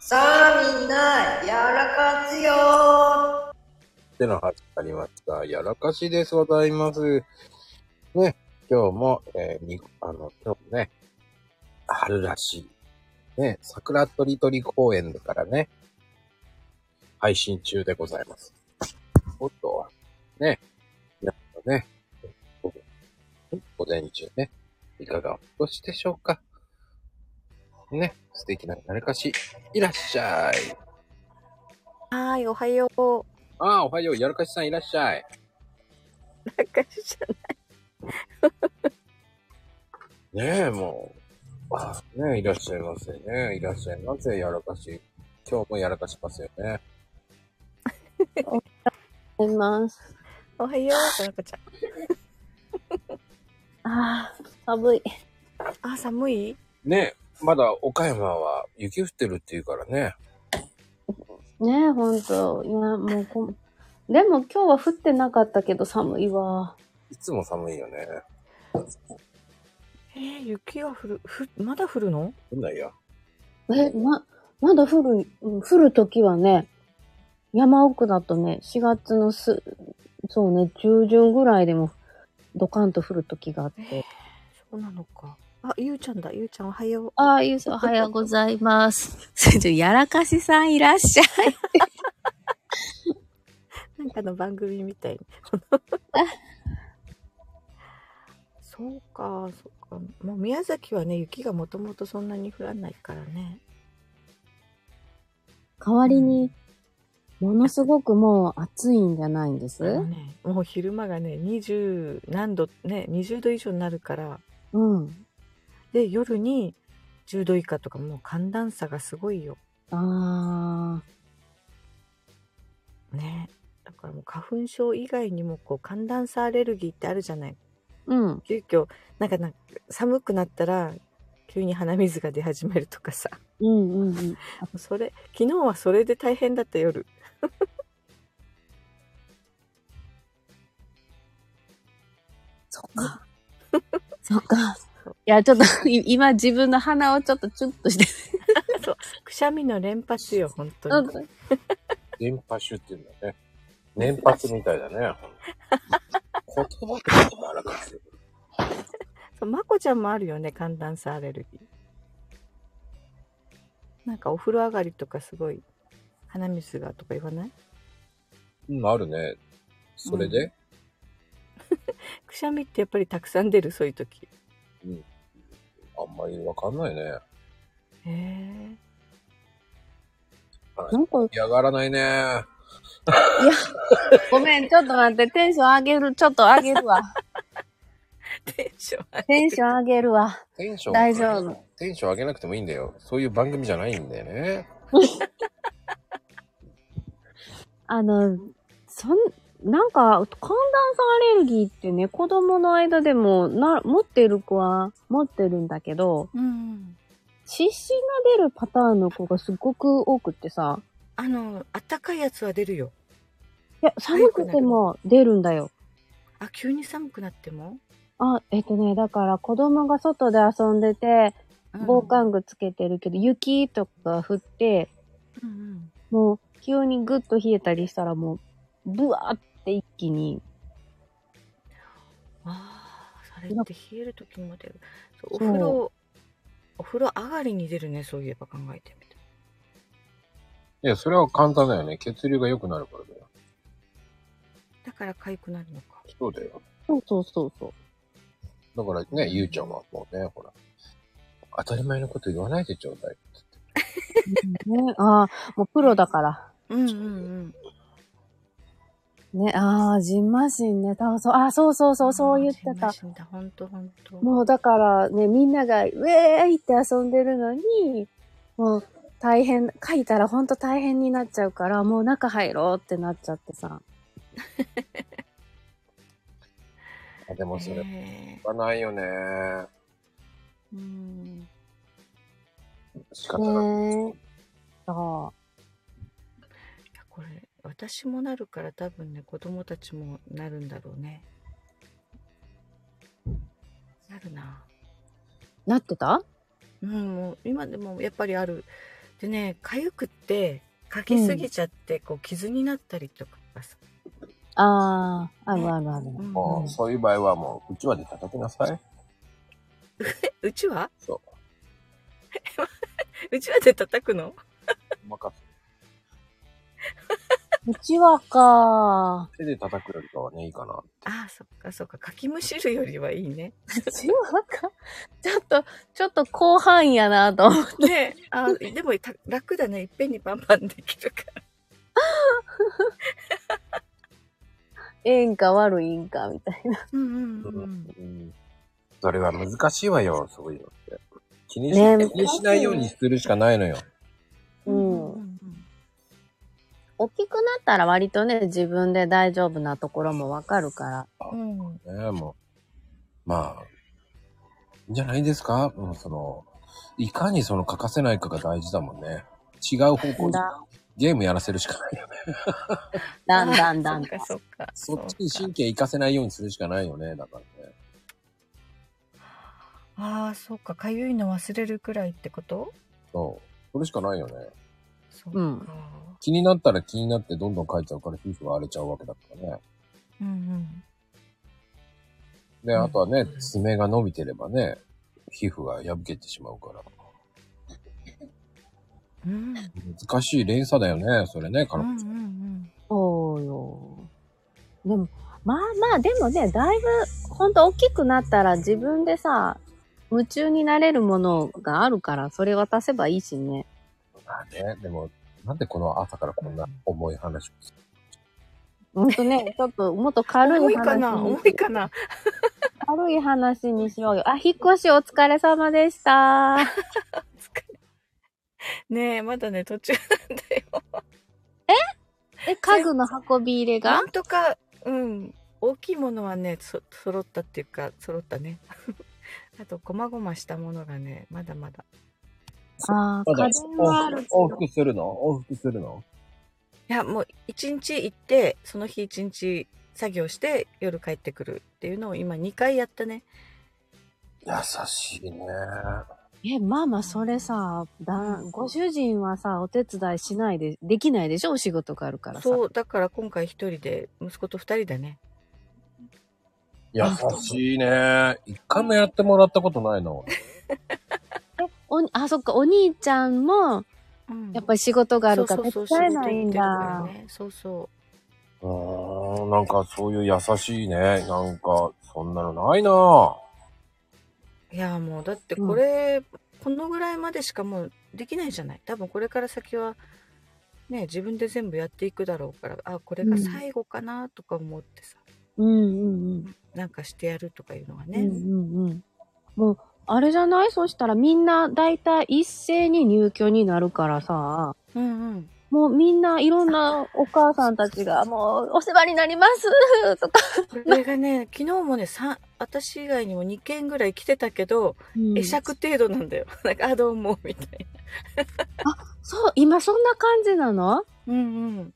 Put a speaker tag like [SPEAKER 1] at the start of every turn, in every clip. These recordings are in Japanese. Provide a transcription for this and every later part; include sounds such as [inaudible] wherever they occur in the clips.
[SPEAKER 1] さあみんな、やらかすよ
[SPEAKER 2] っての始まりました。やらかしですございます。ね、今日も、えーに、あの、今日もね、春らしい。ね、桜とりとり公園だからね、配信中でございます。おっと、ね、皆さんね、午前午前中ね、いかがお過ごしでしょうか。ね、素敵なやらかし、いらっしゃい。
[SPEAKER 3] はーい、おはよう。
[SPEAKER 2] ああ、おはよう、やらかしさんいらっしゃい。
[SPEAKER 3] なんかじゃ
[SPEAKER 2] ねえ、もう。あねえ、いらっしゃいませね。いらっしゃいませ。やらかし。今日もやらかしますよね。
[SPEAKER 4] ございます。
[SPEAKER 3] おはよう、さなこちゃん。
[SPEAKER 4] ああ、寒い。
[SPEAKER 3] あ、寒い
[SPEAKER 2] ねえ、まだ岡山は雪降ってるっていうからね。
[SPEAKER 4] ねえ、ほんと。いや、もうこ、でも今日は降ってなかったけど寒いわ。
[SPEAKER 2] いつも寒いよね。
[SPEAKER 3] えー、雪が降る、ふ、まだ降るの
[SPEAKER 2] 降んないよ。
[SPEAKER 4] え、ま、まだ降る、うん降る時はね、山奥だとね、4月のす、そうね、中旬ぐらいでも、ドカンと降る時があっ
[SPEAKER 3] え
[SPEAKER 4] て。
[SPEAKER 3] そうなのか。あ、ゆうちゃんだ、ゆうちゃんおはよう。
[SPEAKER 4] ああ、ゆうさん、おはようございます。 [laughs] ちょやらかしさんいらっしゃ
[SPEAKER 3] な
[SPEAKER 4] い。
[SPEAKER 3] んかの番組みたいに。そうか、そうか。もう宮崎はね、雪がもともとそんなに降らないからね。
[SPEAKER 4] 代わりに、ものすごくもう暑いんじゃないんです
[SPEAKER 3] あのね、もう昼間がね、20何度、ね、20度以上になるから、
[SPEAKER 4] うん。
[SPEAKER 3] で、夜に10度以下とか、もう寒暖差がすごいよ。
[SPEAKER 4] ああ、
[SPEAKER 3] ねだからもう花粉症以外にもこう寒暖差アレルギーってあるじゃない
[SPEAKER 4] うん。
[SPEAKER 3] 急遽なんかなんか寒くなったら急に鼻水が出始めると [laughs] かさ
[SPEAKER 4] うんうんうん。
[SPEAKER 3] それ昨日はそれで大変だった夜
[SPEAKER 4] そっか。そっか。いや、ちょっと、い今自分の鼻をちょっとチュッとして。
[SPEAKER 3] くしゃみの連発よ本当に
[SPEAKER 4] う
[SPEAKER 2] 電波種って言うんだね。年発みたいだね。ほんと言葉って言葉やらかし。
[SPEAKER 3] そうまこちゃんもあるよね寒暖差アレルギーなんかお風呂上がりとかすごい鼻水がとか言わない
[SPEAKER 2] うん、あるね。それで、
[SPEAKER 3] くしゃみってやっぱりたくさん出るそういう時
[SPEAKER 2] あんまりわかんないね。
[SPEAKER 3] へえ
[SPEAKER 4] なんか、
[SPEAKER 2] 嫌がらないね。
[SPEAKER 4] ごめん、ちょっと待って、テンション上げる、ちょっと上げ [laughs] るわ。
[SPEAKER 3] [laughs] テンション
[SPEAKER 4] テンション上げるわ。
[SPEAKER 2] テンション。
[SPEAKER 4] 大丈夫。
[SPEAKER 2] テンション上げなくてもいいんだよ。そういう番組じゃないんだよね。
[SPEAKER 4] あの、そん、なんか、寒暖差アレルギーってね、子供の間でも、な、持ってる子は持ってるんだけど、
[SPEAKER 3] うん
[SPEAKER 4] 湿疹が出るパターンの子がすごく多くってさ、
[SPEAKER 3] あの暖かいやつは出るよ
[SPEAKER 4] いや、寒くても出るんだよ。
[SPEAKER 3] あ急に寒くなっても、
[SPEAKER 4] あ、えっとね、だから子供が外で遊んでて、
[SPEAKER 3] うん
[SPEAKER 4] 防、寒具つけてるけど、雪とか降って、
[SPEAKER 3] うんうん
[SPEAKER 4] もう急にぐっと冷えたりしたらもう、ブワーって一気に。
[SPEAKER 3] ああそれって冷える時も出るそうお風呂お風呂上がりに出るねそういえば考えてみて
[SPEAKER 2] いや、それは簡単だよね。血流が良くなるからだよ。
[SPEAKER 3] だから痒くなるのか
[SPEAKER 2] そうだよ。
[SPEAKER 4] そうそうそうそう。
[SPEAKER 2] だからね、ゆうちゃんはもうね、ほら、当たり前のこと言わないでちょうだいって言って。
[SPEAKER 4] ね、ああ、もうプロだから。
[SPEAKER 3] うんうん
[SPEAKER 4] ね、ああ、ジンマシンね、倒そう。ああ、そうそうそう、そう言ってた。
[SPEAKER 3] たほんとほんと
[SPEAKER 4] もうだからね、みんなが、ウェーイって遊んでるのに、もう大変、書いたらほんと大変になっちゃうから、もう中入ろうってなっちゃってさ。
[SPEAKER 2] あ、でもそれ、
[SPEAKER 3] へ
[SPEAKER 2] 言わないよね。
[SPEAKER 3] ーうん
[SPEAKER 2] 仕方ない。
[SPEAKER 4] ねえ。そ
[SPEAKER 3] いやこれ私もなるから多分ね子供たちもなるんだろうねなるな
[SPEAKER 4] う。なってた
[SPEAKER 3] うん、もう今でもやっぱりあるでね、かゆくって、かきすぎちゃって、こう、傷になったりとかさ。
[SPEAKER 4] ああ、あるあるある。
[SPEAKER 3] うん
[SPEAKER 2] もう、そういう場合はもう、うちまで叩きなさい。
[SPEAKER 3] えうちは
[SPEAKER 2] そう
[SPEAKER 3] [laughs] 。うちはで叩くの
[SPEAKER 2] 細かく
[SPEAKER 4] うちわか。
[SPEAKER 2] 手で叩くよりかはね、いいかな。
[SPEAKER 3] ああ、そっかそっか。かきむしるよりはいいね。
[SPEAKER 4] うちわか。ちょっと、ちょっと広範囲やなと思っ
[SPEAKER 3] [laughs]
[SPEAKER 4] て。
[SPEAKER 3] ねえあーでもた楽だね。いっぺんにパンパンできるから。
[SPEAKER 4] ええんか悪いんか、みたいな。
[SPEAKER 3] うんうんう。
[SPEAKER 2] うんんそれは難しいわよ、そういうのって。気にし,、
[SPEAKER 4] ねえ
[SPEAKER 2] 気にしないようにするしかないのよ。
[SPEAKER 4] うん大きくなったら割とね、自分で大丈夫なところもわかるから。
[SPEAKER 3] うん。うん。
[SPEAKER 2] ねえ、もう。まあ、いいんじゃないですかうん、その、いかにその欠かせないかが大事だもんね。違う方向に
[SPEAKER 4] だ
[SPEAKER 2] ゲームやらせるしかないよね。
[SPEAKER 4] だんだんだん
[SPEAKER 3] あーそっかそ
[SPEAKER 2] そ
[SPEAKER 3] っか。
[SPEAKER 2] っちに
[SPEAKER 3] そっか
[SPEAKER 2] 神経行かせないようにするしかないよね。だからね。
[SPEAKER 3] ああ、そっか。かゆいの忘れるくらいってこと
[SPEAKER 2] そう。それしかないよね。
[SPEAKER 3] そっ
[SPEAKER 4] う
[SPEAKER 3] か
[SPEAKER 4] ん。
[SPEAKER 2] 気になったら気になってどんどん書いちゃうから皮膚が荒れちゃうわけだからね。
[SPEAKER 3] うんうん。
[SPEAKER 2] で、あとはね
[SPEAKER 3] う、ん
[SPEAKER 2] 爪が伸びてればね、皮膚が破けてしまうから。
[SPEAKER 3] うん。
[SPEAKER 2] 難しい連鎖だよね、それね、
[SPEAKER 3] う
[SPEAKER 2] カ
[SPEAKER 3] んう
[SPEAKER 2] ロ
[SPEAKER 3] んうん。
[SPEAKER 4] そうよ。でも、まあまあ、でもね、だいぶ、ほんと大きくなったら自分でさ、夢中になれるものがあるから、それ渡せばいいしね。
[SPEAKER 2] まあね、でも、なんでこの朝からこんな重い話をする
[SPEAKER 4] ほんと [laughs] ね、ちょっと、もっと軽
[SPEAKER 3] 重
[SPEAKER 4] い話に
[SPEAKER 3] いかな重いかな
[SPEAKER 4] 軽い話にしようよ。あ、引っ越しお疲れ様でした。
[SPEAKER 3] ねえ、まだね、途中なんだよ。
[SPEAKER 4] [laughs] え、家具の運び入れが
[SPEAKER 3] なんとか、うん、大きいものはね、そ揃ったっていうか、揃ったね。 [laughs] あと、細々したものがね、まだまだ。
[SPEAKER 4] ああ、
[SPEAKER 2] まだ
[SPEAKER 4] 家電はあるけ
[SPEAKER 2] 往
[SPEAKER 4] ど。
[SPEAKER 2] 復するの往復するの
[SPEAKER 3] いや、もう、一日行って、その日一日作業して、夜帰ってくるっていうのを今2回やったね。
[SPEAKER 2] 優しいね。
[SPEAKER 4] え、ママ、それさ、だ、ご主人はさ、お手伝いしないで、できないでしょお仕事があるからさ。
[SPEAKER 3] そう、だから今回一人で、息子と二人だね。
[SPEAKER 2] 優しいね。一回もやってもらったことないな、 [laughs] 俺。
[SPEAKER 4] お、あ、そっか、お兄ちゃんも、
[SPEAKER 3] うん
[SPEAKER 4] やっぱり仕事があるから、手
[SPEAKER 3] そうそうそう
[SPEAKER 4] 伝えないんだ。
[SPEAKER 3] 仕事行ってるからねそうそう
[SPEAKER 2] ーん、なんかそういう優しいね。なんか、そんなのないな。
[SPEAKER 3] う。いや、もう、だってこれ、このぐらいまでしかもうできないじゃない。多分これから先は、ね、自分で全部やっていくだろうから、あ、これが最後かなとか思ってさ、
[SPEAKER 4] うんうんうん。
[SPEAKER 3] なんかしてやるとかいうのが
[SPEAKER 4] うん
[SPEAKER 3] ね。
[SPEAKER 4] うんうん。もう、あれじゃないそしたらみんな、だいたい一斉に入居になるからさ、
[SPEAKER 3] うん [laughs] うん。
[SPEAKER 4] もうみんないろんなお母さんたちが、もう、お世話になりますとか。
[SPEAKER 3] これがね、昨日もね、さん私以外にも2件ぐらい来てたけど、会釈程度なんだよ。 [laughs] なんか、あ、どうも、みたいな。
[SPEAKER 4] そう、今そんな感じなの
[SPEAKER 3] うんうん。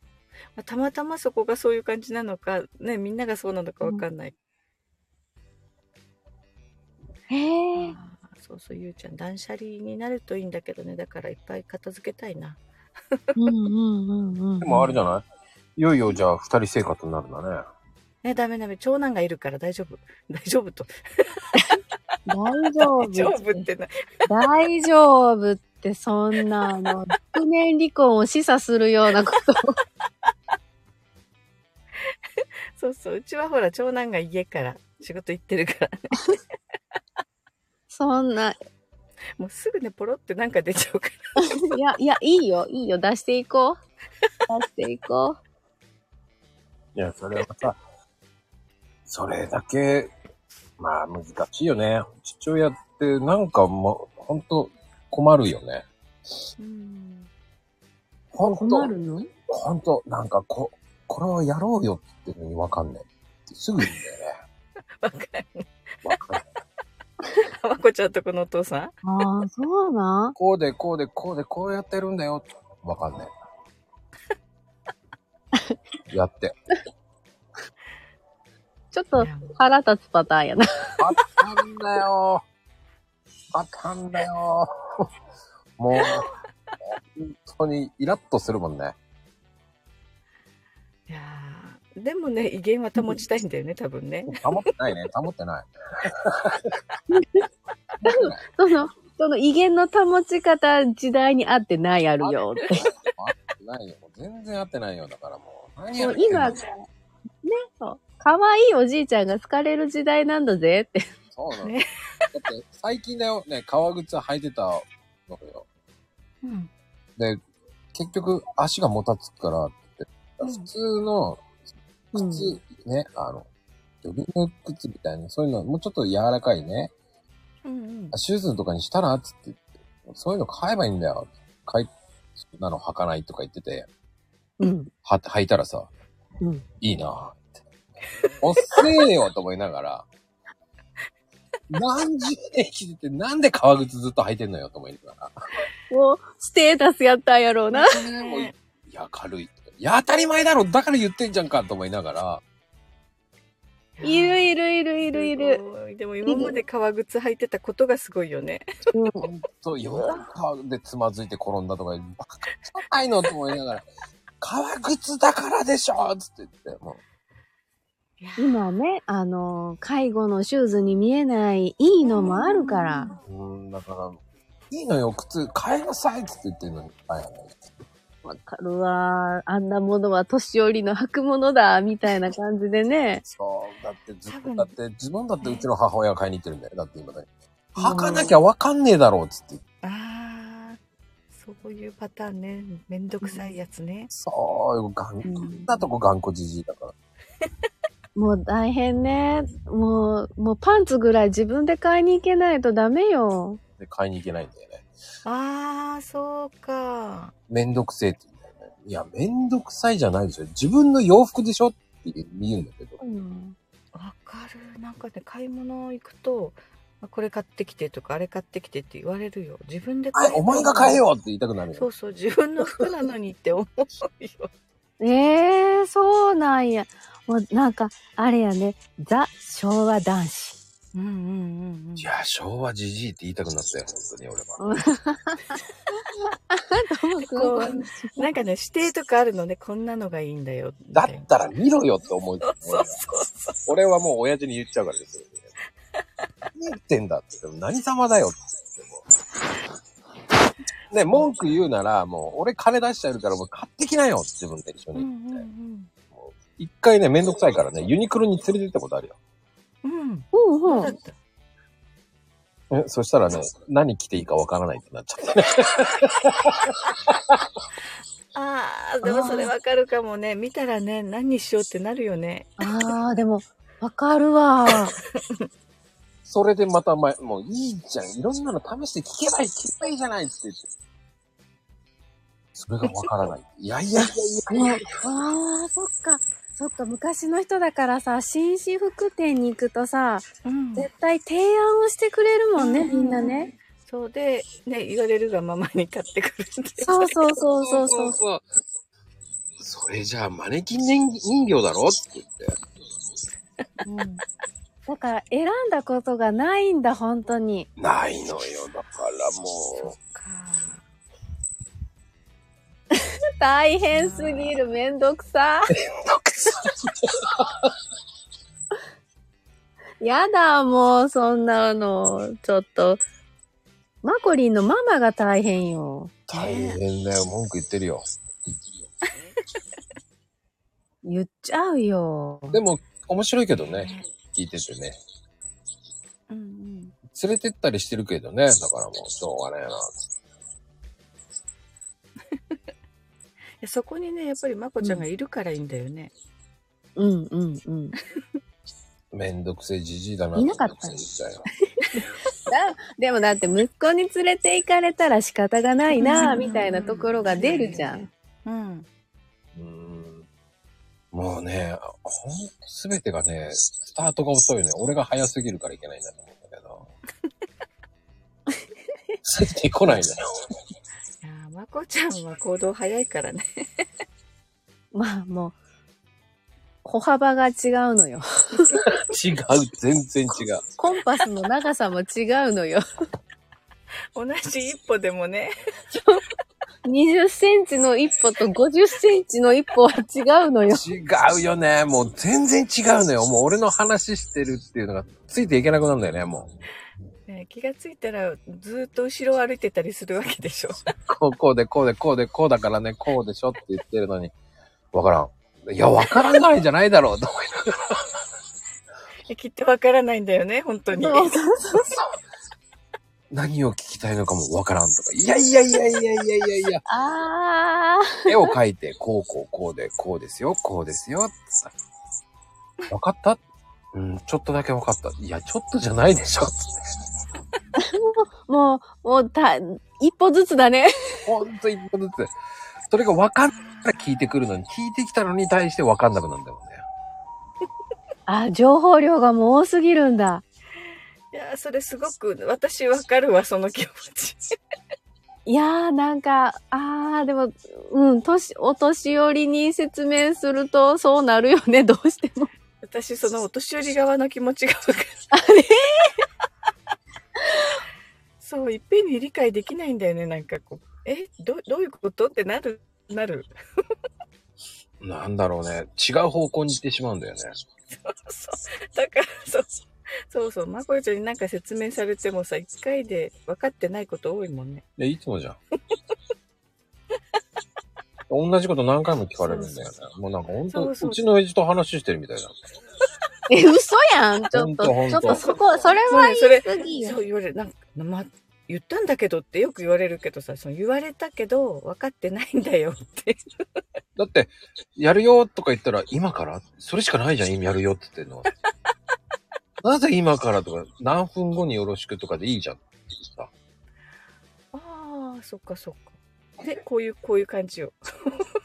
[SPEAKER 3] まあたまたまそこがそういう感じなのか、ね、みんながそうなのかわかんない
[SPEAKER 4] へ
[SPEAKER 3] あ
[SPEAKER 4] え。
[SPEAKER 3] ーそうそうゆうちゃん断捨離になるといいんだけどねだからいっぱい片付けたいな
[SPEAKER 4] うんうんうんうん。
[SPEAKER 2] でもあれじゃないいよいよじゃあ二人生活になるんだね。
[SPEAKER 3] ねダメダメ長男がいるから大丈夫 [laughs] 大丈夫と
[SPEAKER 4] 大丈
[SPEAKER 3] 大
[SPEAKER 4] 夫。
[SPEAKER 3] 丈夫ってな
[SPEAKER 4] 大丈夫って、そんな、あの、覆面離婚を示唆するようなこと。
[SPEAKER 3] そうそううちはほら長男が家から仕事行ってるからね
[SPEAKER 4] そんな、
[SPEAKER 3] もうすぐねポロってなんか出ちゃうか
[SPEAKER 4] いや、いや、いいよ、いいよ、出していこう。出していこ
[SPEAKER 2] いや、それはさ、それだけ、まあ難しいよね。父親ってなんかもう、ほんと困るよね。
[SPEAKER 3] らうん
[SPEAKER 2] ほ
[SPEAKER 4] う。
[SPEAKER 2] ん
[SPEAKER 4] 困
[SPEAKER 2] と、
[SPEAKER 4] るの
[SPEAKER 2] ほんと、なんかこ、これをやろうよって言ってるのにわかんない。す
[SPEAKER 4] [laughs]
[SPEAKER 2] ぐ言うんだよね。
[SPEAKER 3] [laughs] わかる
[SPEAKER 2] わかんない
[SPEAKER 3] あまこちゃんとこのお父さん
[SPEAKER 4] ああ、そうなん
[SPEAKER 2] こうでこうでこうでこうやってるんだよ。わかん
[SPEAKER 4] [laughs]
[SPEAKER 2] ない。やって。
[SPEAKER 4] ちょっと
[SPEAKER 3] いやもう
[SPEAKER 4] 腹立つパターンやな。
[SPEAKER 2] あったんだよ。あったんだよ。もう、本当にイラッとするもんね。
[SPEAKER 3] いやーでもね、威厳は保ちたいんだよね、多分ね。
[SPEAKER 2] 保ってないね。保って
[SPEAKER 4] [laughs]
[SPEAKER 2] ない。
[SPEAKER 4] その、その威厳の保ち方、時代に合ってないあるよって。
[SPEAKER 2] 合ってないよ。全然合ってないよ。だからもう。何やっ
[SPEAKER 4] もう
[SPEAKER 2] てんの
[SPEAKER 4] 今、ね、そう。可愛いおじいちゃんが好かれる時代なんだぜって。
[SPEAKER 2] そうなの。
[SPEAKER 3] ね
[SPEAKER 2] だって最近だよ。ね、革靴履いてたのよ。
[SPEAKER 4] うん。
[SPEAKER 2] で、結局足がもたつくからって。
[SPEAKER 4] うん
[SPEAKER 2] 普通の
[SPEAKER 4] うん
[SPEAKER 2] 靴、ね、あの、ジョギング靴みたいな、そういうの、もうちょっと柔らかいね、
[SPEAKER 3] うんうん。
[SPEAKER 2] シューズとかにしたらっつって言って、そういうの買えばいいんだよ。買い、そんなの履かないとか言ってて、
[SPEAKER 4] うん。
[SPEAKER 2] は履いたらさ、
[SPEAKER 4] うん。
[SPEAKER 2] いいなぁって。おっせえよと思いなが
[SPEAKER 4] [laughs]
[SPEAKER 2] ら、何十年生きてて、なんで革靴ずっと履いてんのよと思いなが
[SPEAKER 4] もう、ステータスやったんやろうな。
[SPEAKER 2] ら、もういや、軽い。いや、当たり前だろだから言ってんじゃんかと思いながら、
[SPEAKER 4] いるいるいるいるいる。
[SPEAKER 3] すごい。でも今まで革靴履いてたことがすごいよね。
[SPEAKER 2] ほんと、よくでつまずいて転んだとか、バカじゃないのと思いながら、革靴だからでしょつって言って、も
[SPEAKER 4] 今ね、あの、介護のシューズに見えないいいのもあるから。
[SPEAKER 2] う、うーん、だから、いいのよ、靴、買いなさいつって言ってるのに、買えない。
[SPEAKER 4] わかるわ。あんなものは年寄りの履くものだ、みたいな感じでね。
[SPEAKER 2] そう、だってずっ
[SPEAKER 3] 多
[SPEAKER 2] と、
[SPEAKER 3] 分
[SPEAKER 2] だって自分だってうちの母親が買いに行ってるんだよ。だって今だに。履かなきゃわかんねえだろうつって。
[SPEAKER 3] ああ、そういうパターンね。めんどくさいやつね。
[SPEAKER 2] そうよ、頑
[SPEAKER 4] うん
[SPEAKER 2] 固。んなとこ頑固じじいだから。
[SPEAKER 4] もう大変ね。もう、もうパンツぐらい自分で買いに行けないとダメよ。
[SPEAKER 2] で、買いに行けないんだよね。
[SPEAKER 3] ああ、そうか。
[SPEAKER 2] めんどくせえって言うんだよね。いや、めんどくさいじゃないでしょ。自分の洋服でしょって言うんだけど。
[SPEAKER 4] うん。
[SPEAKER 3] わかる。なんかね、買い物行くと、あこれ買ってきてとか、あれ買ってきてって言われるよ。自分で
[SPEAKER 2] はい、お前が買え
[SPEAKER 3] よ
[SPEAKER 2] よって言いたくなる
[SPEAKER 3] そ
[SPEAKER 2] よ。
[SPEAKER 3] うそう、自分の服なのにって思うよ。
[SPEAKER 4] ええー、そうなんや。もうなんか、あれやね。ザ・昭和男 [laughs] 子。
[SPEAKER 3] [laughs] うんうんうんうん。
[SPEAKER 2] いや、昭和じじいって言いたくなったよ、本当に俺は。
[SPEAKER 3] こうなんかね、指定とかあるのね、こんなのがいいんだよ。み
[SPEAKER 2] だ
[SPEAKER 3] たいな
[SPEAKER 2] ったら見ろよって思う。
[SPEAKER 3] そうそうそう。
[SPEAKER 2] 俺はもう親父に言っちゃうからですよ。何言ってんだって。でも何様だよって言っても。ね、文句言うなら、もう俺金出しちゃうからもう買ってきなよって自分で一緒
[SPEAKER 3] う
[SPEAKER 2] に。
[SPEAKER 3] んうん
[SPEAKER 2] 一回ね、めんどくさいからね、ユニクロに連れて行ったことあるよ。
[SPEAKER 3] うん。うん。
[SPEAKER 4] うん
[SPEAKER 3] そう
[SPEAKER 4] う
[SPEAKER 3] だ
[SPEAKER 4] ん
[SPEAKER 3] っ。た
[SPEAKER 2] えそしたらね、何着ていいかわからないってなっちゃったね。
[SPEAKER 3] ああ、でもそれわかるかもね。見たらね、何にしようってなるよね。
[SPEAKER 4] ああ、でも、わかる [laughs] わ。
[SPEAKER 2] それでまた前、もういいじゃん。いろんなの試して聞けばいい、聞けばいいじゃないって言って。それがわからない。いやいやいやいやいや。
[SPEAKER 4] ああ、そっか。そっか、昔の人だからさ、紳士服店に行くとさ、
[SPEAKER 3] うん
[SPEAKER 4] 絶対提案をしてくれるもんね、みんなね。
[SPEAKER 3] そうで、ね、言われるがままに買ってくるって。
[SPEAKER 4] そうそうそうそうそう。
[SPEAKER 2] そう。それじゃあ、マネキン人人形だろって言って。
[SPEAKER 4] うんだから選んだことがないんだ、本当に。
[SPEAKER 2] ないのよ。だから
[SPEAKER 3] そ
[SPEAKER 2] も
[SPEAKER 3] っか。
[SPEAKER 4] 大変すぎる、めんどく [laughs] さ。やだ、もう、そんなの、ちょっと。マコリンのママが大変よ。
[SPEAKER 2] う、大変だよ。文句言ってるよ。
[SPEAKER 4] 言っちゃうよ。
[SPEAKER 2] でも、面白いけどね。聞いててね。
[SPEAKER 3] うんうん。
[SPEAKER 2] 連れてったりしてるけどね。だからもう、しょうがねえな。
[SPEAKER 3] いやそこにね、やっぱりまこちゃんがいるからいいんだよね。
[SPEAKER 4] うんうんうん。
[SPEAKER 2] めんどくせえじじいだな。
[SPEAKER 4] いなかった
[SPEAKER 2] んだよ。
[SPEAKER 4] だでもだって息子に連れて行かれたら仕方がないなみたいなところが出るじゃん。
[SPEAKER 3] うん。
[SPEAKER 2] うーん。もうね、ほん、すべてがね、スタートが遅いね。俺が早すぎるからいけないんだと思うんだけど。
[SPEAKER 4] [laughs]
[SPEAKER 2] ついてこないんだよ。
[SPEAKER 3] いやーまこちゃんは行動早いからね。 [laughs]
[SPEAKER 4] まあもう、歩幅が違うのよ。
[SPEAKER 2] 違う。全然違う。
[SPEAKER 4] コンパスの [laughs] 長さも違うのよ。
[SPEAKER 3] 同じ一歩でもね。
[SPEAKER 4] 20センチの一歩と50センチの一歩は違うのよ。
[SPEAKER 2] 違うよね。もう全然違うのよ。もう俺の話してるっていうのがついていけなくなるんだよね、もう。
[SPEAKER 3] ね、気がついたらずーっと後ろを歩いてたりするわけでしょ。 [laughs]
[SPEAKER 2] こう、こうで、こうで、こうで、こうだからね、こうでしょって言ってるのに、わからん。いや、わからないじゃないだろう、と思いながら。
[SPEAKER 3] きっとわからないんだよね、本当に。
[SPEAKER 4] そうそうそう
[SPEAKER 2] 何を聞きたいのかもわからんとか。いやいやいやいやいやいやいや。
[SPEAKER 4] あー。
[SPEAKER 2] 絵を描いて、こうこうこうで、こうですよ、こうですよ、ってさ。わかったうん、ちょっとだけわかった。いや、ちょっとじゃないでしょ、つって。
[SPEAKER 4] もう、もう、た、一歩ずつだね。
[SPEAKER 2] ほんと一歩ずつ。それがわかったら聞いてくるのに、聞いてきたのに対してわかんなくなるんだよね。
[SPEAKER 4] [laughs] あ、情報量がもう多すぎるんだ。
[SPEAKER 3] いやー、それすごく、私わかるわ、その気持ち。
[SPEAKER 4] いやー、なんか、あー、でも、うん、年、お年寄りに説明すると、そうなるよね、どうしても。
[SPEAKER 3] 私、そのお年寄り側の気持ちがわかる。
[SPEAKER 4] あれ
[SPEAKER 3] そう、いっぺんに理解できないんだよね、なんかこう。え、どどういうことってなる、なる。
[SPEAKER 2] なんだろうね。違う方向に行ってしまうんだよね。
[SPEAKER 3] そう。だから、そう。そうそう、まこよちゃんになんか説明されてもさ、一回で分かってないこと多いもんね。
[SPEAKER 2] え、いつもじゃん。同じこと何回も聞かれるんだよね。もうなんかほんと、
[SPEAKER 3] そうそう
[SPEAKER 2] うちの親父と話してるみたいな。
[SPEAKER 4] え、嘘やん。ちょっ
[SPEAKER 2] ほんと
[SPEAKER 4] と、
[SPEAKER 2] ほんと
[SPEAKER 4] ちょっとそこ、それ
[SPEAKER 3] そう
[SPEAKER 4] は
[SPEAKER 3] ねそ
[SPEAKER 4] 言
[SPEAKER 3] れ
[SPEAKER 4] い過ぎよ
[SPEAKER 3] そう。言われなんか、ま、言ったんだけどってよく言われるけどさ、その言われたけど分かってないんだよって。
[SPEAKER 2] だって、やるよとか言ったら、今からそれしかないじゃん、今やるよって言って [laughs] んのは。なぜ今からとか、何分後によろしくとかでいいじゃん。さ
[SPEAKER 3] ああ、そっかそっか。で、こういう、こういう感じよ。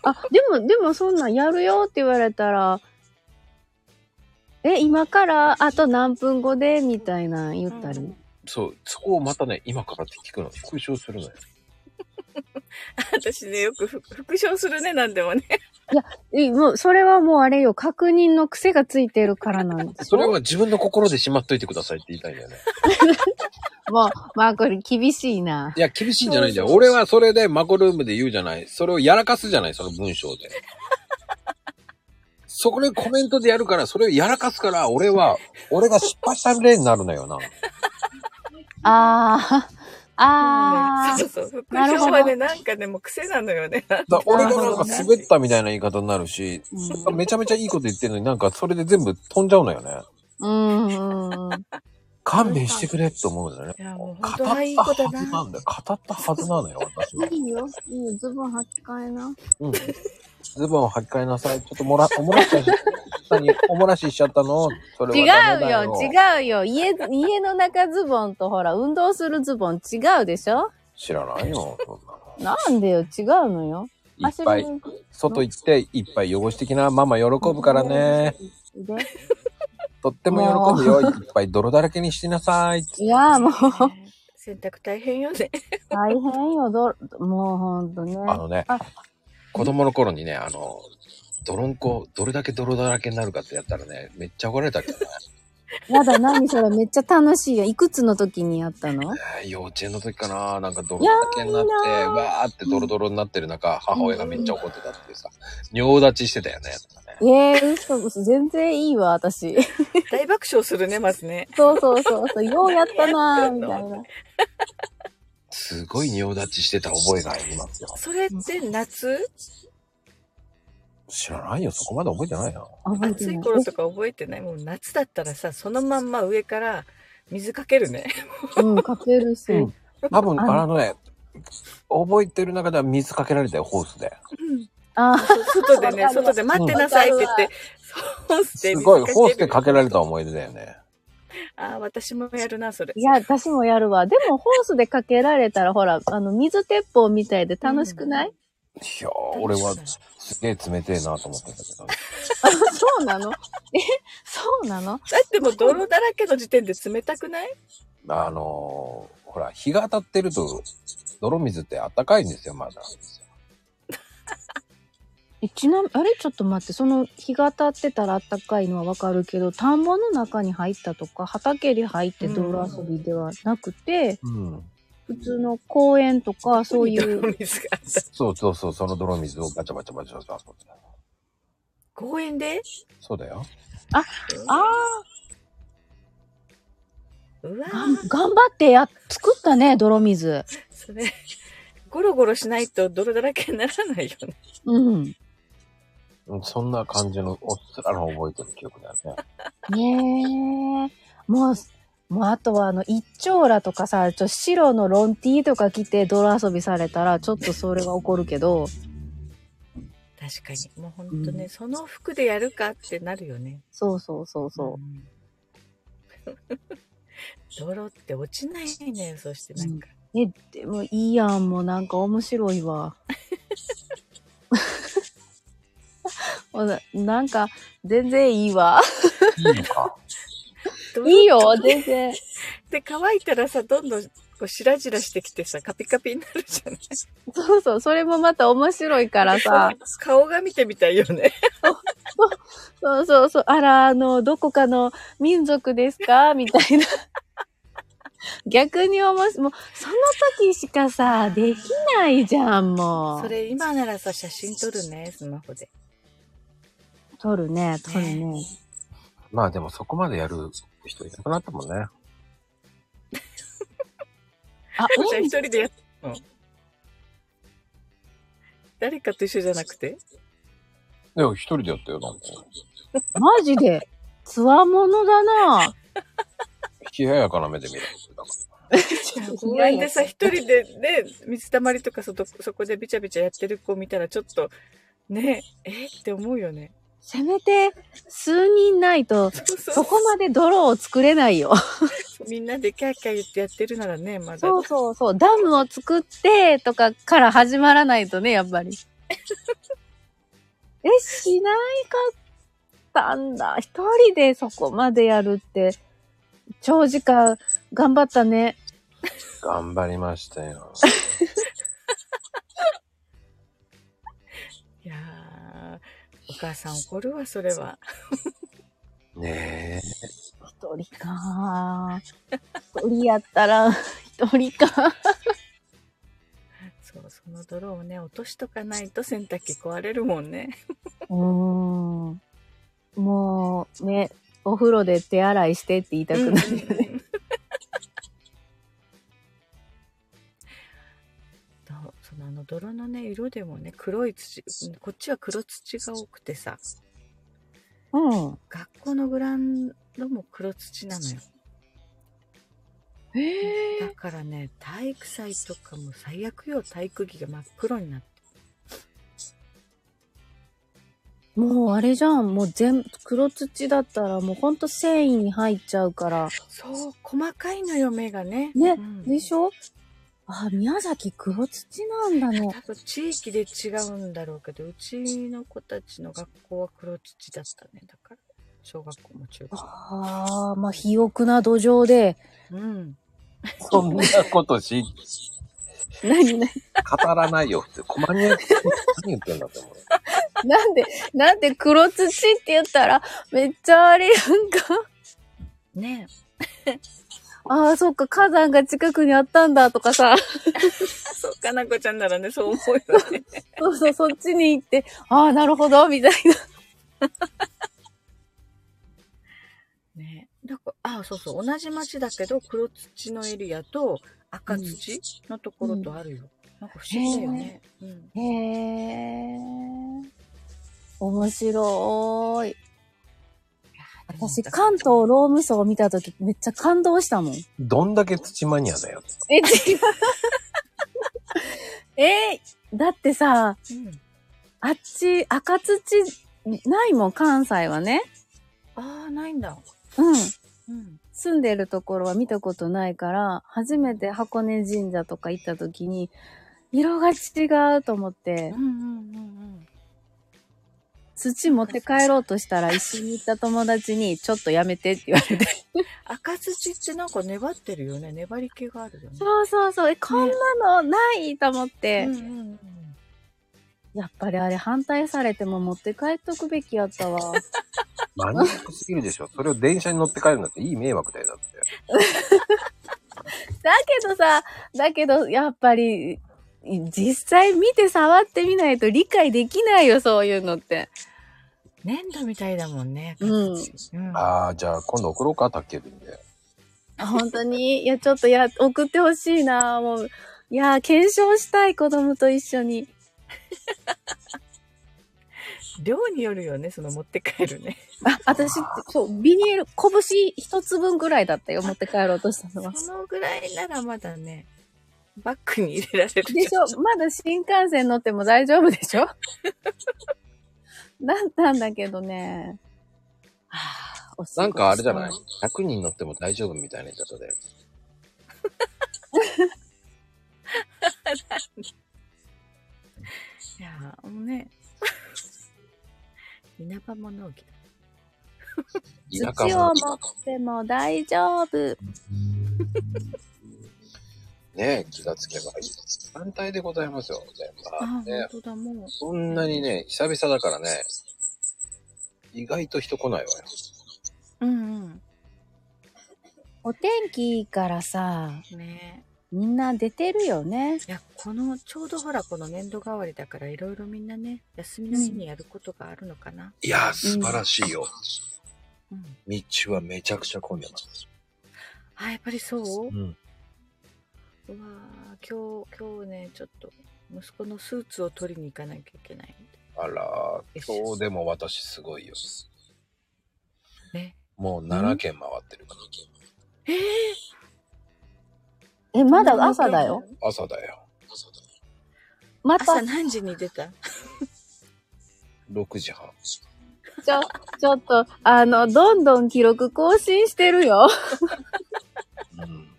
[SPEAKER 4] あ、でも、でもそんなんやるよって言われたら、え、今からあと何分後でみたいなん言ったり。
[SPEAKER 3] うん
[SPEAKER 2] そう、そこをまたね、今からって聞くの、復唱するのよ。
[SPEAKER 3] 私ね、よく復復唱するね、なんでもね。
[SPEAKER 4] え、もう、それはもうあれよ、確認の癖がついてるからなん [laughs] です
[SPEAKER 2] それは自分の心でしまっといてくださいって言いたいんだよね。
[SPEAKER 4] もう、まあこれ厳しいな。
[SPEAKER 2] いや、厳しいんじゃないんだよ。俺はそれでマコルームで言うじゃない。それをやらかすじゃない、その文章で。そこでコメントでやるから、それをやらかすから、俺は、俺が失敗した例になるのよな。
[SPEAKER 4] [laughs] ああ、あ
[SPEAKER 3] そ
[SPEAKER 4] あ
[SPEAKER 3] う、そう。復
[SPEAKER 4] なるほ
[SPEAKER 3] 唱
[SPEAKER 4] ど
[SPEAKER 3] はね、なんかね、もう癖なのよね。
[SPEAKER 2] だ俺がなんか滑ったみたいな言い方になるし、
[SPEAKER 4] うん
[SPEAKER 2] めちゃめちゃいいこと言ってるのになんかそれで全部飛んじゃうのよね。
[SPEAKER 4] うんうんうん。
[SPEAKER 2] 勘弁してくれって思うんだよね。
[SPEAKER 3] いや、
[SPEAKER 2] 語
[SPEAKER 3] もう
[SPEAKER 2] っ
[SPEAKER 3] 本
[SPEAKER 2] た
[SPEAKER 3] 当ああいい
[SPEAKER 2] は
[SPEAKER 3] 子
[SPEAKER 2] ず
[SPEAKER 3] だ
[SPEAKER 2] な
[SPEAKER 3] な。
[SPEAKER 2] んだよ。語ったはずなのよ、私は。
[SPEAKER 4] いいよ、いいよ、ズボン履き替えな。
[SPEAKER 2] うん。ズボンを履き替えなさい。ちょっともら、おもらしちゃう。下におもらししちゃったの。それ
[SPEAKER 4] 違
[SPEAKER 2] はダメだ
[SPEAKER 4] うよ、違うよ。家、家の中ズボンとほら、運動するズボン違うでしょ
[SPEAKER 2] 知らないよ、そんなの。
[SPEAKER 4] なんでよ、違うのよ。
[SPEAKER 2] いっぱい、外行って、いっぱい汚してきな。ママ喜ぶからね。
[SPEAKER 4] で
[SPEAKER 2] とっても喜ぶよ。いっぱい泥だらけにしてなさい。
[SPEAKER 4] いや、もう、
[SPEAKER 3] ね洗濯大変よね。
[SPEAKER 4] 大変よ、ど、もうほんとね。
[SPEAKER 2] あのね
[SPEAKER 4] あ、
[SPEAKER 2] 子供の頃にね、あの、泥んこ、どれだけ泥だらけになるかってやったらね、めっちゃ怒られたけどね。
[SPEAKER 4] やだ、何それ、めっちゃ楽しいよ。いくつの時にやったの
[SPEAKER 2] 幼稚園の時かな、なんか泥だらけになって、
[SPEAKER 4] いやー
[SPEAKER 2] わーってドロドロになってる中、母親がめっちゃ怒ってたっていうさ、尿立ちしてたよね。とかね
[SPEAKER 4] [laughs] ええー、嘘、嘘、全然いいわ、私。
[SPEAKER 3] 大爆笑するね、まずね。
[SPEAKER 4] [laughs] そうそうそう、そうようやったなー、みたいな。
[SPEAKER 2] すごい尿立ちしてた覚えがありますよ。
[SPEAKER 3] それって夏
[SPEAKER 2] 知らないよ、そこまで覚えてないな。
[SPEAKER 4] 覚えて
[SPEAKER 3] 暑
[SPEAKER 4] ないい。
[SPEAKER 3] 頃とか覚えてないもう夏だったらさ、そのまんま上から水かけるね。
[SPEAKER 4] うん、かけるし。
[SPEAKER 2] うん多分、
[SPEAKER 4] あの
[SPEAKER 2] あのね、覚えてる中では水かけられたよ、ホースで。
[SPEAKER 4] あ
[SPEAKER 3] 外でね、
[SPEAKER 4] わかる
[SPEAKER 3] 外で待ってなさいって言って、ホースです水
[SPEAKER 2] ごい、
[SPEAKER 3] か
[SPEAKER 2] ホース
[SPEAKER 3] け
[SPEAKER 2] で
[SPEAKER 3] る。
[SPEAKER 2] かけられた思い出だよね。
[SPEAKER 3] ああ、私もやるな、それ。
[SPEAKER 4] いや、私もやるわ。でも、ホースでかけられたら、ほら、あの、水鉄砲みたいで楽しくない、
[SPEAKER 2] いやー、俺はすげえ冷てえなと思ってたけど。
[SPEAKER 4] [laughs] そうなのえ、そうな
[SPEAKER 3] だ
[SPEAKER 4] の
[SPEAKER 3] ってもう泥だらけの時点で冷たくない
[SPEAKER 2] あのーほら、日が当たってると、泥水って暖かいんですよ、まだ。
[SPEAKER 4] えちなみあれちょっと待って、その、日が当たってたらあったかいのはわかるけど、田んぼの中に入ったとか、畑に入って泥遊びではなくて、
[SPEAKER 2] うん。
[SPEAKER 4] 普通の公園とか、そういう、
[SPEAKER 2] そうそうそう、その泥水をバチャバチャバチャバチャ。
[SPEAKER 3] 公園で
[SPEAKER 2] そうだよ。
[SPEAKER 4] あ、あ
[SPEAKER 3] うわ
[SPEAKER 4] あ、がん頑張ってや、作ったね、泥水。
[SPEAKER 3] それ、ゴロゴロしないと泥だらけにならないよね。
[SPEAKER 4] うん。
[SPEAKER 2] うんそんな感じの、おっすらの覚えてる記憶だよね。
[SPEAKER 4] ねえ。もう、もうあとはあの、一丁羅とかさ、ちょ、白のロンティーとか着て泥遊びされたら、ちょっとそれは怒るけど、
[SPEAKER 3] 確かに。もうほんとね、その服でやるかってなるよね。
[SPEAKER 4] そうそうそうそう。
[SPEAKER 3] ん泥って落ちないね。そしてなんか。
[SPEAKER 4] え、でもいいやん、もうなんか面白い [laughs] わ。もうななんか、全然いいわ。
[SPEAKER 2] いいか。
[SPEAKER 3] 泥
[SPEAKER 4] [laughs] いいよ、全然。
[SPEAKER 3] で、乾いたらさ、どんどん、こう、しらじらしてきてさ、カピカピになるじゃない
[SPEAKER 4] そうそう、それもまた面白いからさ。
[SPEAKER 3] 顔が見てみたいよね。
[SPEAKER 4] そうそうそう、あら、あの、どこかの民族です [laughs] かみたいな。逆に面白い。もう、その時しかさ、できないじゃん、もう。
[SPEAKER 3] それ、今ならさ、写真撮るね、スマホで。
[SPEAKER 4] 撮るね、撮るね。
[SPEAKER 2] まあでもそこまでやる人いなくなったもんね。
[SPEAKER 4] あ、
[SPEAKER 3] じゃあ
[SPEAKER 4] うん
[SPEAKER 3] 一人でやっの誰かと一緒じゃなくて
[SPEAKER 2] でも一人でやったよ、なんか。
[SPEAKER 4] マジで、つわもの [laughs] だな。
[SPEAKER 2] 冷ややかな目で見る。だか
[SPEAKER 3] 公園でさ、一人でね、水たまりとかそとそこでびちゃびちゃやってる子見たらちょっと、ね、えって思うよね。
[SPEAKER 4] せめて数人ないと、
[SPEAKER 3] そうそう
[SPEAKER 4] そこまで泥を作れないよ。
[SPEAKER 3] みんなでキャーキャー言ってやってるならね、まだ。
[SPEAKER 4] そうそうそう。ダムを作ってとかから始まらないとね、やっ [laughs] ぱり。え、しないかったんだ。一人でそこまでやるって、長時間頑張ったね。
[SPEAKER 2] ら頑張りましたよ。
[SPEAKER 3] いやー、お母さん怒るわ、それは。
[SPEAKER 2] ねえ。
[SPEAKER 4] 一人か。一人やったら、一人か。
[SPEAKER 3] そう、その泥をね、落としとかないと洗濯機壊れるもんね。
[SPEAKER 4] うーん。もう、ね、お風呂で手洗いしてって言いたくなるよね。
[SPEAKER 3] と [laughs] そのあの泥のね色でもね黒い土こっちは黒土が多くてさ
[SPEAKER 4] うん。
[SPEAKER 3] 学校のグラウンドも黒土なのよ
[SPEAKER 4] へ
[SPEAKER 3] だからね体育祭とかも最悪よ体育着が真っ黒になって
[SPEAKER 4] もうあれじゃん。もう全、黒土だったらもうほんと繊維に入っちゃうから。
[SPEAKER 3] そう細かいのよ目がね
[SPEAKER 4] ね
[SPEAKER 3] うん
[SPEAKER 4] でしょあ、宮崎黒土なんだね。
[SPEAKER 3] 多分地域で違うんだろうけどうちの子たちの学校は黒土だったねだから小学校も中学校も
[SPEAKER 4] ああ、まあ、肥沃な土壌で。
[SPEAKER 3] うん
[SPEAKER 2] そんなことし、
[SPEAKER 4] 何何
[SPEAKER 2] 語らないよって、困りやすい。何言ってんだって思う。
[SPEAKER 4] なんで、なんで黒土って言ったら、めっちゃあれやんか。
[SPEAKER 3] ねえ
[SPEAKER 4] ああ、そっか、火山が近くにあったんだとかさ。
[SPEAKER 3] そうかなこちゃんならねそう思うよね
[SPEAKER 4] そうそう、そっちに行って、ああ、なるほど、みたいな。
[SPEAKER 3] [laughs] ねだからあそうそう同じ町だけど黒土のエリアと赤土のところとあるよ、なんか不思議だよね、うん、
[SPEAKER 4] へえ。面白い。私、関東ローム層を見たとき、めっちゃ感動したもん。
[SPEAKER 2] どんだけ土マニアだよ。
[SPEAKER 4] え、違う。えーだってさ、
[SPEAKER 3] うん、
[SPEAKER 4] あっち、赤土、ないもん、関西はね。
[SPEAKER 3] ああないんだ
[SPEAKER 4] うん。
[SPEAKER 3] うん
[SPEAKER 4] 住んでるところは見たことないから、初めて箱根神社とか行ったときに、色が違うと思っ
[SPEAKER 3] う
[SPEAKER 4] て
[SPEAKER 3] んう、んうん
[SPEAKER 4] 土持って帰ろうとしたら、一緒に行った友達に、ちょっとやめてって言われて。
[SPEAKER 3] 赤土ってなんか粘ってるよね粘り気があるよね
[SPEAKER 4] そうそうそう、え、こんなのないと思って。
[SPEAKER 3] うんうんうん
[SPEAKER 4] やっぱりあれ反対されても持って帰っとくべきやったわ。
[SPEAKER 2] マニアックすぎるでしょ。それを電車に乗って帰るんだっていい迷惑だよ、だって。
[SPEAKER 4] だけどさ、だけど、やっぱり、実際見て触ってみないと理解できないよ、そういうのって。
[SPEAKER 3] 粘土みたいだもんね。
[SPEAKER 4] うん。
[SPEAKER 2] ああ、じゃあ今度送ろうか、タッケルンで。
[SPEAKER 4] あ本当にいや、ちょっとや、送ってほしいな。もう、いや、検証したい、子供と一緒に。
[SPEAKER 3] 量によるよね、その持って帰るね。
[SPEAKER 4] あ、私、そう、ビニール、拳一つ分ぐらいだったよ、持って帰ろうとしたのは。
[SPEAKER 3] そのぐらいならまだね、バッグに入れられる
[SPEAKER 4] でしょまだ新幹線乗っても大丈夫
[SPEAKER 2] [laughs]
[SPEAKER 4] でしょだったんだけどね。はあ、
[SPEAKER 2] なんかあれじゃない ?100 人乗っても大丈夫みたいな言い方だよ。
[SPEAKER 3] いやー、もうね。稲葉物置。
[SPEAKER 2] 田舎
[SPEAKER 4] 土を
[SPEAKER 2] も
[SPEAKER 4] 持っても大丈夫。
[SPEAKER 2] ね、気がつけばいい。反対でございますよ、全
[SPEAKER 3] あ、本
[SPEAKER 2] 部。ね、
[SPEAKER 3] 当だ、もう。
[SPEAKER 2] そんなにね、久々だからね、意外と人来ないわよ。
[SPEAKER 3] うん
[SPEAKER 4] お天気いいからさ、
[SPEAKER 3] うん。ね
[SPEAKER 4] みんな出てるよね。
[SPEAKER 3] いや、この、ちょうどほら、この年度替わりだから、いろいろみんなね、休みの日にやることがあるのかな。
[SPEAKER 2] いやー、素晴らしいよ。
[SPEAKER 3] うん。
[SPEAKER 2] 道はめちゃくちゃ混んでます。
[SPEAKER 3] あ、やっぱりそう
[SPEAKER 2] うん。
[SPEAKER 3] うわあ今日今日ねちょっと息子のスーツを取りに行かなきゃいけない
[SPEAKER 2] あらー、今日でも私すごいよ。
[SPEAKER 3] ね
[SPEAKER 2] もう7軒回ってるか
[SPEAKER 3] ええ
[SPEAKER 4] え、まだ朝だよ。
[SPEAKER 2] ら。朝だよ。
[SPEAKER 4] また
[SPEAKER 3] 朝、何時に出た
[SPEAKER 2] 6時半。
[SPEAKER 4] ちょ、ちょっと、あの、どんどん記録更新してるよ。
[SPEAKER 2] うん。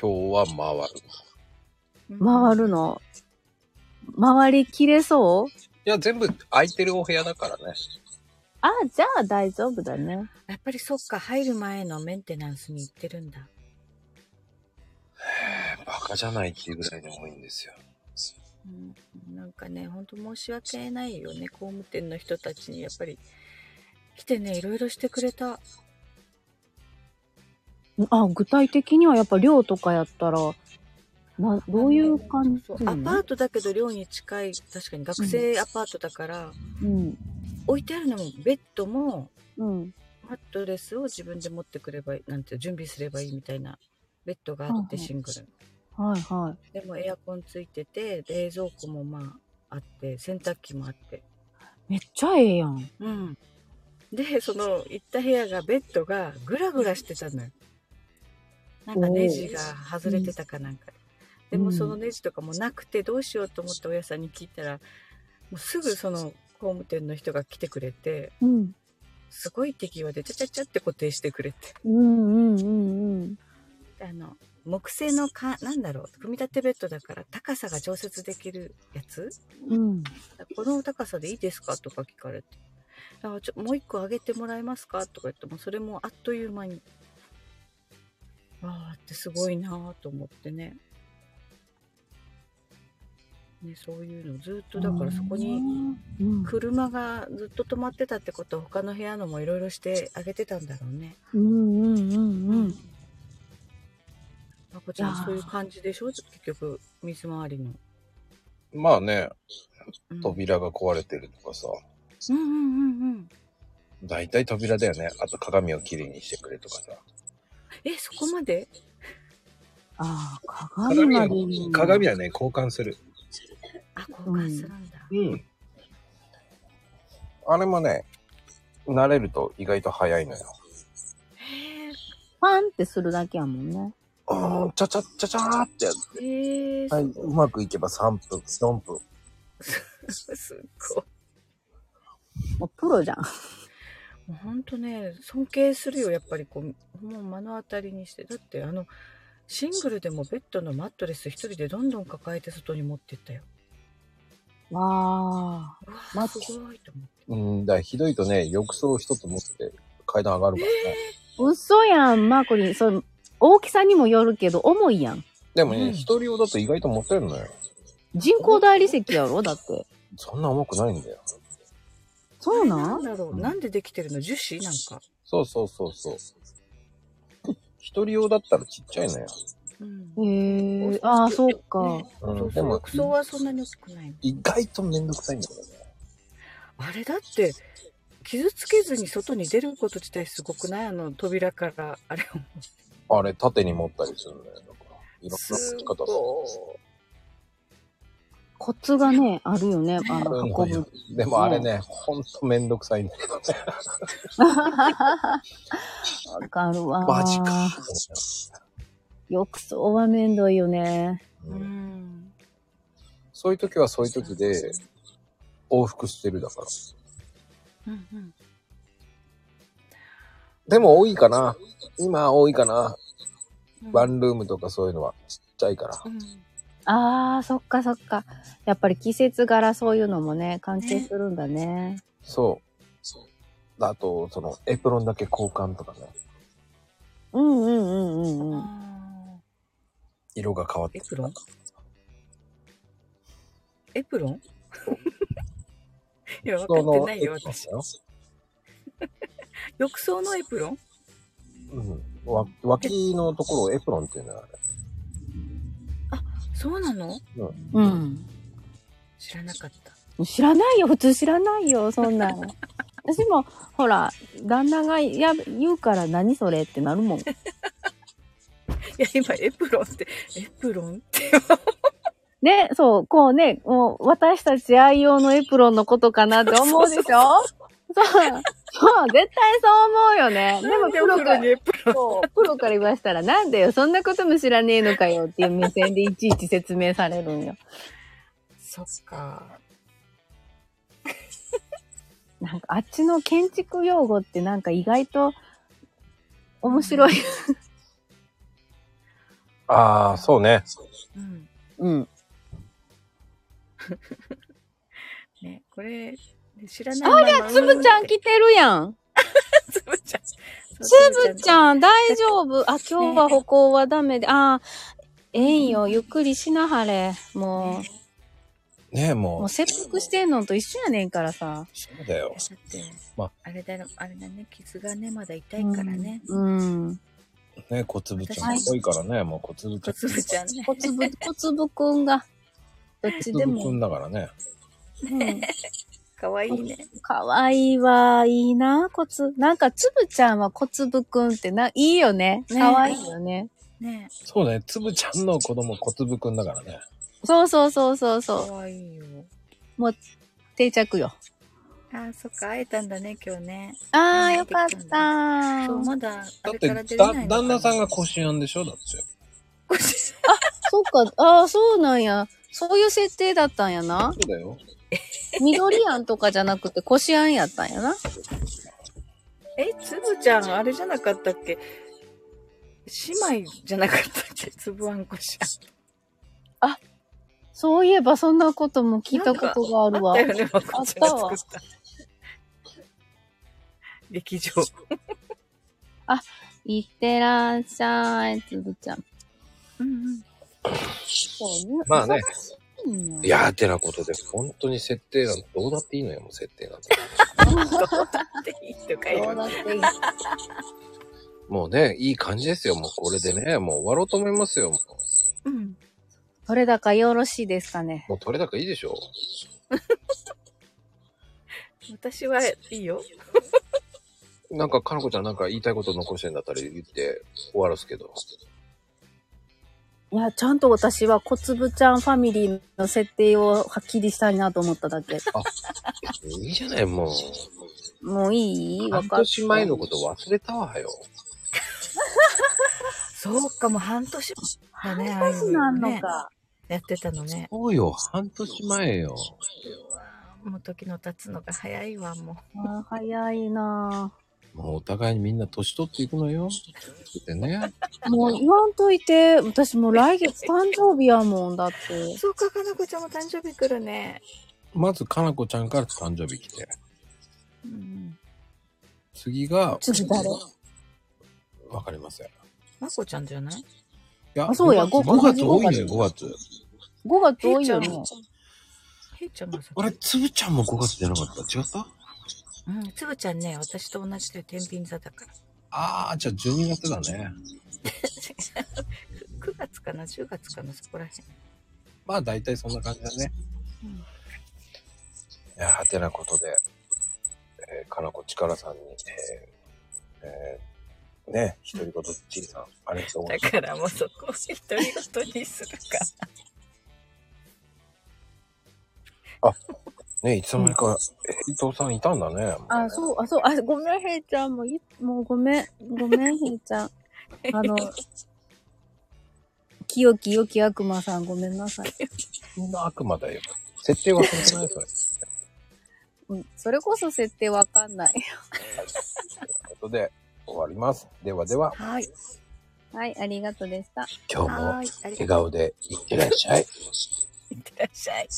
[SPEAKER 2] 今日は回る。
[SPEAKER 4] 回るの。回りきれそう
[SPEAKER 2] いや、全部空いてるお部屋だからね。
[SPEAKER 4] あ、じゃあ大丈夫だね。
[SPEAKER 3] やっぱりそっか入る前のメンテナンスに行ってるんだ
[SPEAKER 2] バカじゃないっていうぐらいに多いんですよ。
[SPEAKER 3] うんなんかねほんと申し訳ないよね工務店の人たちにやっぱり来てねいろいろしてくれた
[SPEAKER 4] あ、具体的にはやっぱ寮とかやったら、な、どういう感じ
[SPEAKER 3] そう
[SPEAKER 4] な
[SPEAKER 3] ア
[SPEAKER 4] の
[SPEAKER 3] パートだけど寮に近い確かに学生アパートだから、
[SPEAKER 4] うん。
[SPEAKER 3] 置いてあるのもベッドも
[SPEAKER 4] うん。
[SPEAKER 3] マットレスを自分で持ってくればいいなんていう準備すればいいみたいなベッドがあ
[SPEAKER 4] はい
[SPEAKER 3] っ
[SPEAKER 4] は
[SPEAKER 3] て
[SPEAKER 4] い
[SPEAKER 3] シングル、
[SPEAKER 4] はいはい。
[SPEAKER 3] でもエアコンついてて冷蔵庫もまああって洗濯機もあって
[SPEAKER 4] めっちゃええやん。
[SPEAKER 3] うんでその行った部屋がベッドがグラグラしてたのよなんかネジが外れてたかなんかでで
[SPEAKER 4] う
[SPEAKER 3] も
[SPEAKER 4] ん
[SPEAKER 3] そのネジとかもなくてどうしようと思ってお屋さんに聞いたらもうすぐその工務店の人が来てくれて
[SPEAKER 4] うん。
[SPEAKER 3] すごい手際でちゃちゃちゃって固定してくれて
[SPEAKER 4] うんうんうんうん。
[SPEAKER 3] あの木製のかなんだろう組み立てベッドだから高さが調節できるやつ
[SPEAKER 4] うん。
[SPEAKER 3] この高さでいいですかとか聞かれてあちょもう一個上げてもらえますかとか言ってもそれもあっという間にああってすごいなあと思ってねねそういうのずっとだからそこに
[SPEAKER 4] うん、
[SPEAKER 3] 車がずっと止まってたってことは他の部屋のもいろいろしてあげてたんだろうね。
[SPEAKER 4] うんうんうんうん。
[SPEAKER 3] まこちゃ
[SPEAKER 4] いや
[SPEAKER 3] ん
[SPEAKER 4] ー
[SPEAKER 3] そういう感じでしょ結局水回りの。
[SPEAKER 2] まあね、
[SPEAKER 3] うん
[SPEAKER 2] 扉が壊れてるとかさ、
[SPEAKER 3] うんうんうんうん。
[SPEAKER 2] だいたい扉だよね。あと鏡をきれいにしてくれとかさ。
[SPEAKER 3] え、そこまで
[SPEAKER 4] ああ、鏡
[SPEAKER 2] 鏡
[SPEAKER 4] ま
[SPEAKER 2] は
[SPEAKER 4] でに。
[SPEAKER 2] 鏡はね、交換する。
[SPEAKER 3] あ、交換するんだ。
[SPEAKER 2] うん。あれもね、慣れると意外と早いのよ。
[SPEAKER 3] へ
[SPEAKER 4] パンってするだけやもんね。
[SPEAKER 2] うん、ちゃちゃちゃちゃーってやっ
[SPEAKER 3] え、へえ、
[SPEAKER 2] て。はい、うまくいけば3分、4分。
[SPEAKER 3] すすっごい。
[SPEAKER 4] もうプロじゃん。
[SPEAKER 3] もうほんとね、尊敬するよ、やっぱりこう、もう目の当たりにして。だってあの、シングルでもベッドのマットレス一人でどんどん抱えて外に持ってったよ。
[SPEAKER 4] わあ。
[SPEAKER 3] うわ
[SPEAKER 4] マ
[SPEAKER 3] ー、す
[SPEAKER 4] ジ
[SPEAKER 3] ごいと思って。
[SPEAKER 2] うん、だからひどいとね、浴槽一つ持って階段上がるからね。
[SPEAKER 4] 嘘やん、マーコリン。それ、大きさにもよるけど、重いやん。
[SPEAKER 2] でも
[SPEAKER 3] うん
[SPEAKER 2] ね、一人用だと意外と持てるのよ。
[SPEAKER 4] 人工大理石やろだって。
[SPEAKER 2] そんな重くないんだよ。
[SPEAKER 4] そう
[SPEAKER 3] あれ
[SPEAKER 4] なん
[SPEAKER 3] だろう、なんでできてるの樹脂なんか。
[SPEAKER 2] そうそうそうそう。一人用だったらちっちゃいのよ。
[SPEAKER 4] へえ、ああ、そうか。
[SPEAKER 2] うん
[SPEAKER 3] そう
[SPEAKER 2] で
[SPEAKER 3] そう
[SPEAKER 2] も
[SPEAKER 3] 浴槽はそんなに大きくないの
[SPEAKER 2] 意外とめんどくさいんだけどね。
[SPEAKER 3] あれだって傷つけずに外に出ること自体すごくないあの扉からあれを
[SPEAKER 2] あれ、縦に持ったりするんだよ。だからいろんな
[SPEAKER 3] す
[SPEAKER 2] 書き方
[SPEAKER 3] ご
[SPEAKER 2] す
[SPEAKER 4] コツがね、あるよね。あ
[SPEAKER 2] る
[SPEAKER 4] の、
[SPEAKER 2] うん
[SPEAKER 4] 運ぶ。
[SPEAKER 2] でもあれね、ほんとめんどくさいんだけどね。
[SPEAKER 4] わかるわ。
[SPEAKER 2] マジか。
[SPEAKER 4] 浴槽はめんどいよね。
[SPEAKER 2] う
[SPEAKER 3] うんん
[SPEAKER 2] そういう時はそういう時で、往復してるだから。
[SPEAKER 3] うんうん
[SPEAKER 2] でも多いかな。今多いかな。
[SPEAKER 3] うん
[SPEAKER 2] ワンルームとかそういうのはちっちゃいから。
[SPEAKER 3] うん
[SPEAKER 4] ああ、そっかそっか。やっぱり季節柄そういうのもね、関係するんだね。
[SPEAKER 2] そう。あと、その、エプロンだけ交換とかね。
[SPEAKER 4] うんうんうんうんうん。
[SPEAKER 3] あ
[SPEAKER 2] 色が変わって
[SPEAKER 3] ーエプロンエプロン [laughs] いや分かってないよ
[SPEAKER 2] 人のエ
[SPEAKER 3] 私
[SPEAKER 2] プロン
[SPEAKER 3] 浴槽のエプロン
[SPEAKER 2] だようん。わ脇のところをエプロンっていうのはあれ。
[SPEAKER 3] そうなの
[SPEAKER 4] うん。
[SPEAKER 3] 知らなかった
[SPEAKER 4] 知らないよ、普通知らないよ、そんなん。 [laughs] 私も、ほら、旦那がや言うから何それってなるもん。
[SPEAKER 3] いや今エプロンってエプロンって
[SPEAKER 4] ね、そう、こうね、もう私たち愛用のエプロンのことかなって思うでしょそう、そう、絶対そう思うよね。で
[SPEAKER 3] な
[SPEAKER 4] も
[SPEAKER 3] ん
[SPEAKER 4] プ
[SPEAKER 3] でお
[SPEAKER 4] ロ
[SPEAKER 3] 風
[SPEAKER 4] か
[SPEAKER 3] 呂
[SPEAKER 4] ら
[SPEAKER 3] に、エプロン
[SPEAKER 4] そう、プロから言わしたら、なんでよ、そんなことも知らねえのかよっていう目線でいちいち説明されるんよ。
[SPEAKER 3] そっか
[SPEAKER 4] なんかあっちの建築用語ってなんか意外と面白い。
[SPEAKER 2] ああ、そうね。
[SPEAKER 3] うん
[SPEAKER 4] うん。
[SPEAKER 3] ねこれ知らない
[SPEAKER 4] ありゃ、つぶちゃん来てるやん。
[SPEAKER 3] つぶちゃん。
[SPEAKER 4] つぶちゃん、大丈夫。あ、今日は歩行はダメで。あー、ええんよ。ゆっくりしなはれ。も
[SPEAKER 2] ねえ、
[SPEAKER 4] う、
[SPEAKER 2] も
[SPEAKER 4] も
[SPEAKER 2] う
[SPEAKER 4] う、切腹してんのと一緒やねんからさ。
[SPEAKER 2] そうだよ。
[SPEAKER 3] だって、
[SPEAKER 2] ま
[SPEAKER 3] あれだよ、あれだね、傷がね、まだ痛いからね。
[SPEAKER 4] うん。
[SPEAKER 2] ね小粒ちゃん。
[SPEAKER 4] 私
[SPEAKER 2] 多いからね、もう小粒ちゃん。
[SPEAKER 3] つぶちゃんね。
[SPEAKER 4] 小粒、小粒くんが、どっち
[SPEAKER 2] 小粒
[SPEAKER 4] で
[SPEAKER 2] く
[SPEAKER 4] も。
[SPEAKER 2] んだからね。
[SPEAKER 4] うん
[SPEAKER 3] かわいいね。
[SPEAKER 4] かわいいわ。いいな、コツ。なんか、つぶちゃんはコツブくんってな、いいよね。
[SPEAKER 3] ね
[SPEAKER 4] かわいいよね。
[SPEAKER 3] ね
[SPEAKER 2] そうね、つぶちゃんの子供小粒くんだからね。
[SPEAKER 4] そうそうそうそう
[SPEAKER 3] か
[SPEAKER 4] そ
[SPEAKER 3] わいいよ。
[SPEAKER 4] う。定着よ。
[SPEAKER 3] あー、そっか、会えたんだね、今日ね。
[SPEAKER 4] あー、
[SPEAKER 3] う
[SPEAKER 4] よ
[SPEAKER 3] ん
[SPEAKER 4] かった
[SPEAKER 3] そう、まだ、あ
[SPEAKER 2] だっ
[SPEAKER 3] れ
[SPEAKER 2] て
[SPEAKER 3] から出、れ
[SPEAKER 2] だ
[SPEAKER 3] ないのか
[SPEAKER 2] 旦
[SPEAKER 3] な。
[SPEAKER 2] 那さんが腰なんでしょだって。
[SPEAKER 3] ご主人
[SPEAKER 4] そっか、ああ、そうなんや。そういう設定だったんやな
[SPEAKER 2] そ。うだよ。
[SPEAKER 4] 緑あんとかじゃなくて、こしあんやったんやな。
[SPEAKER 3] [laughs] え、つぶちゃん、あれじゃなかったっけ姉妹じゃなかったっけつぶあんこし
[SPEAKER 4] そういえば、そんなことも聞いたことがあ
[SPEAKER 3] あん。
[SPEAKER 4] る
[SPEAKER 3] あっ
[SPEAKER 4] わ
[SPEAKER 3] た。よね、まこっちゃん
[SPEAKER 4] あっ
[SPEAKER 3] が
[SPEAKER 4] たわ
[SPEAKER 3] 作った。劇場。
[SPEAKER 4] いってらっしゃい、つぶちゃん。
[SPEAKER 3] うん [laughs] うん。
[SPEAKER 4] そうね
[SPEAKER 2] まあね。
[SPEAKER 4] いいん
[SPEAKER 2] い
[SPEAKER 4] や。
[SPEAKER 2] やーてなことで、本当に設定なんてどうだっていいのよ、もう設定なんて。
[SPEAKER 3] いいとか言
[SPEAKER 4] どう
[SPEAKER 3] う
[SPEAKER 4] だっていい。
[SPEAKER 2] もうね、いい感じですよ。もうこれでね、もう終わろうと思いますよ。もう
[SPEAKER 3] うん。
[SPEAKER 4] どれだかよろしいですかね。
[SPEAKER 2] もう取れ高いいでしょ
[SPEAKER 3] 私はいいよ。
[SPEAKER 2] なんか、かなこちゃんなんか言いたいこと残してんだったら言って終わらすけど。
[SPEAKER 4] いや、ちゃんと私は小粒ちゃんファミリーの設定をはっきりしたいなと思っただけ。
[SPEAKER 2] いいじゃない、もう。
[SPEAKER 4] もういいわ
[SPEAKER 2] 半
[SPEAKER 4] かっ
[SPEAKER 2] 年前のこと忘れたわよ。
[SPEAKER 3] そうかも、半年だね。
[SPEAKER 4] た。そうなのか。
[SPEAKER 3] やってたのね。
[SPEAKER 2] そうよ、半年前よ。
[SPEAKER 3] もう時の経つのが早いわ、も
[SPEAKER 4] あー早いな
[SPEAKER 2] もうお互いにみんな年取っていくのよ。でね。
[SPEAKER 4] ぁもう言わんといて、私もう来月誕生日やもんだって
[SPEAKER 3] う。。そうか、かなこちゃんも誕生日来るね。
[SPEAKER 2] まず、かなこちゃんから誕生日来て。
[SPEAKER 3] うん。
[SPEAKER 2] 次が、
[SPEAKER 4] 次誰
[SPEAKER 2] わかりません。い
[SPEAKER 3] まこちゃんじゃない
[SPEAKER 2] や
[SPEAKER 4] あそうや
[SPEAKER 2] 5
[SPEAKER 4] 5
[SPEAKER 2] 月
[SPEAKER 4] 月
[SPEAKER 2] 多いね、5月。
[SPEAKER 4] 5月多いよね。
[SPEAKER 3] へいちゃんもさ。
[SPEAKER 2] あれ、つぶちゃんも5月じゃなかった違った
[SPEAKER 3] [laughs] うん。つぶちゃんね、私と同じで天秤座だから。
[SPEAKER 2] ああ、じゃあ12月だね。
[SPEAKER 3] 9月かな、10月かな、そこらへん。
[SPEAKER 2] まあ大体そんな感じだね。
[SPEAKER 3] うん
[SPEAKER 2] いやー、てなことで、えー、かなこちからさんに、えーえーね、一人ごとちいさん、ありがとうございま
[SPEAKER 3] だ
[SPEAKER 2] す。
[SPEAKER 3] からもうそこを一人ごとにするか。
[SPEAKER 2] ね、いつの間にか、えー伊藤さんいたんだね。
[SPEAKER 4] あ、そう、あ、そう、あ、ごめん、へいちゃん。もうい、もうごめん、ごめん、へいちゃん。あの、清き良き悪魔さん、ごめんなさい。
[SPEAKER 2] そんな悪魔だよ。設定忘れてないそれ。
[SPEAKER 4] うん、それこそ設定わかんない。
[SPEAKER 2] ということで、終わります。ではでは、
[SPEAKER 3] はい。
[SPEAKER 4] はい、ありがとうでした。
[SPEAKER 2] 今日も
[SPEAKER 3] はい。あり
[SPEAKER 2] 笑
[SPEAKER 3] がと
[SPEAKER 2] 顔でいってらっしゃい。
[SPEAKER 3] う。いってらっしゃい。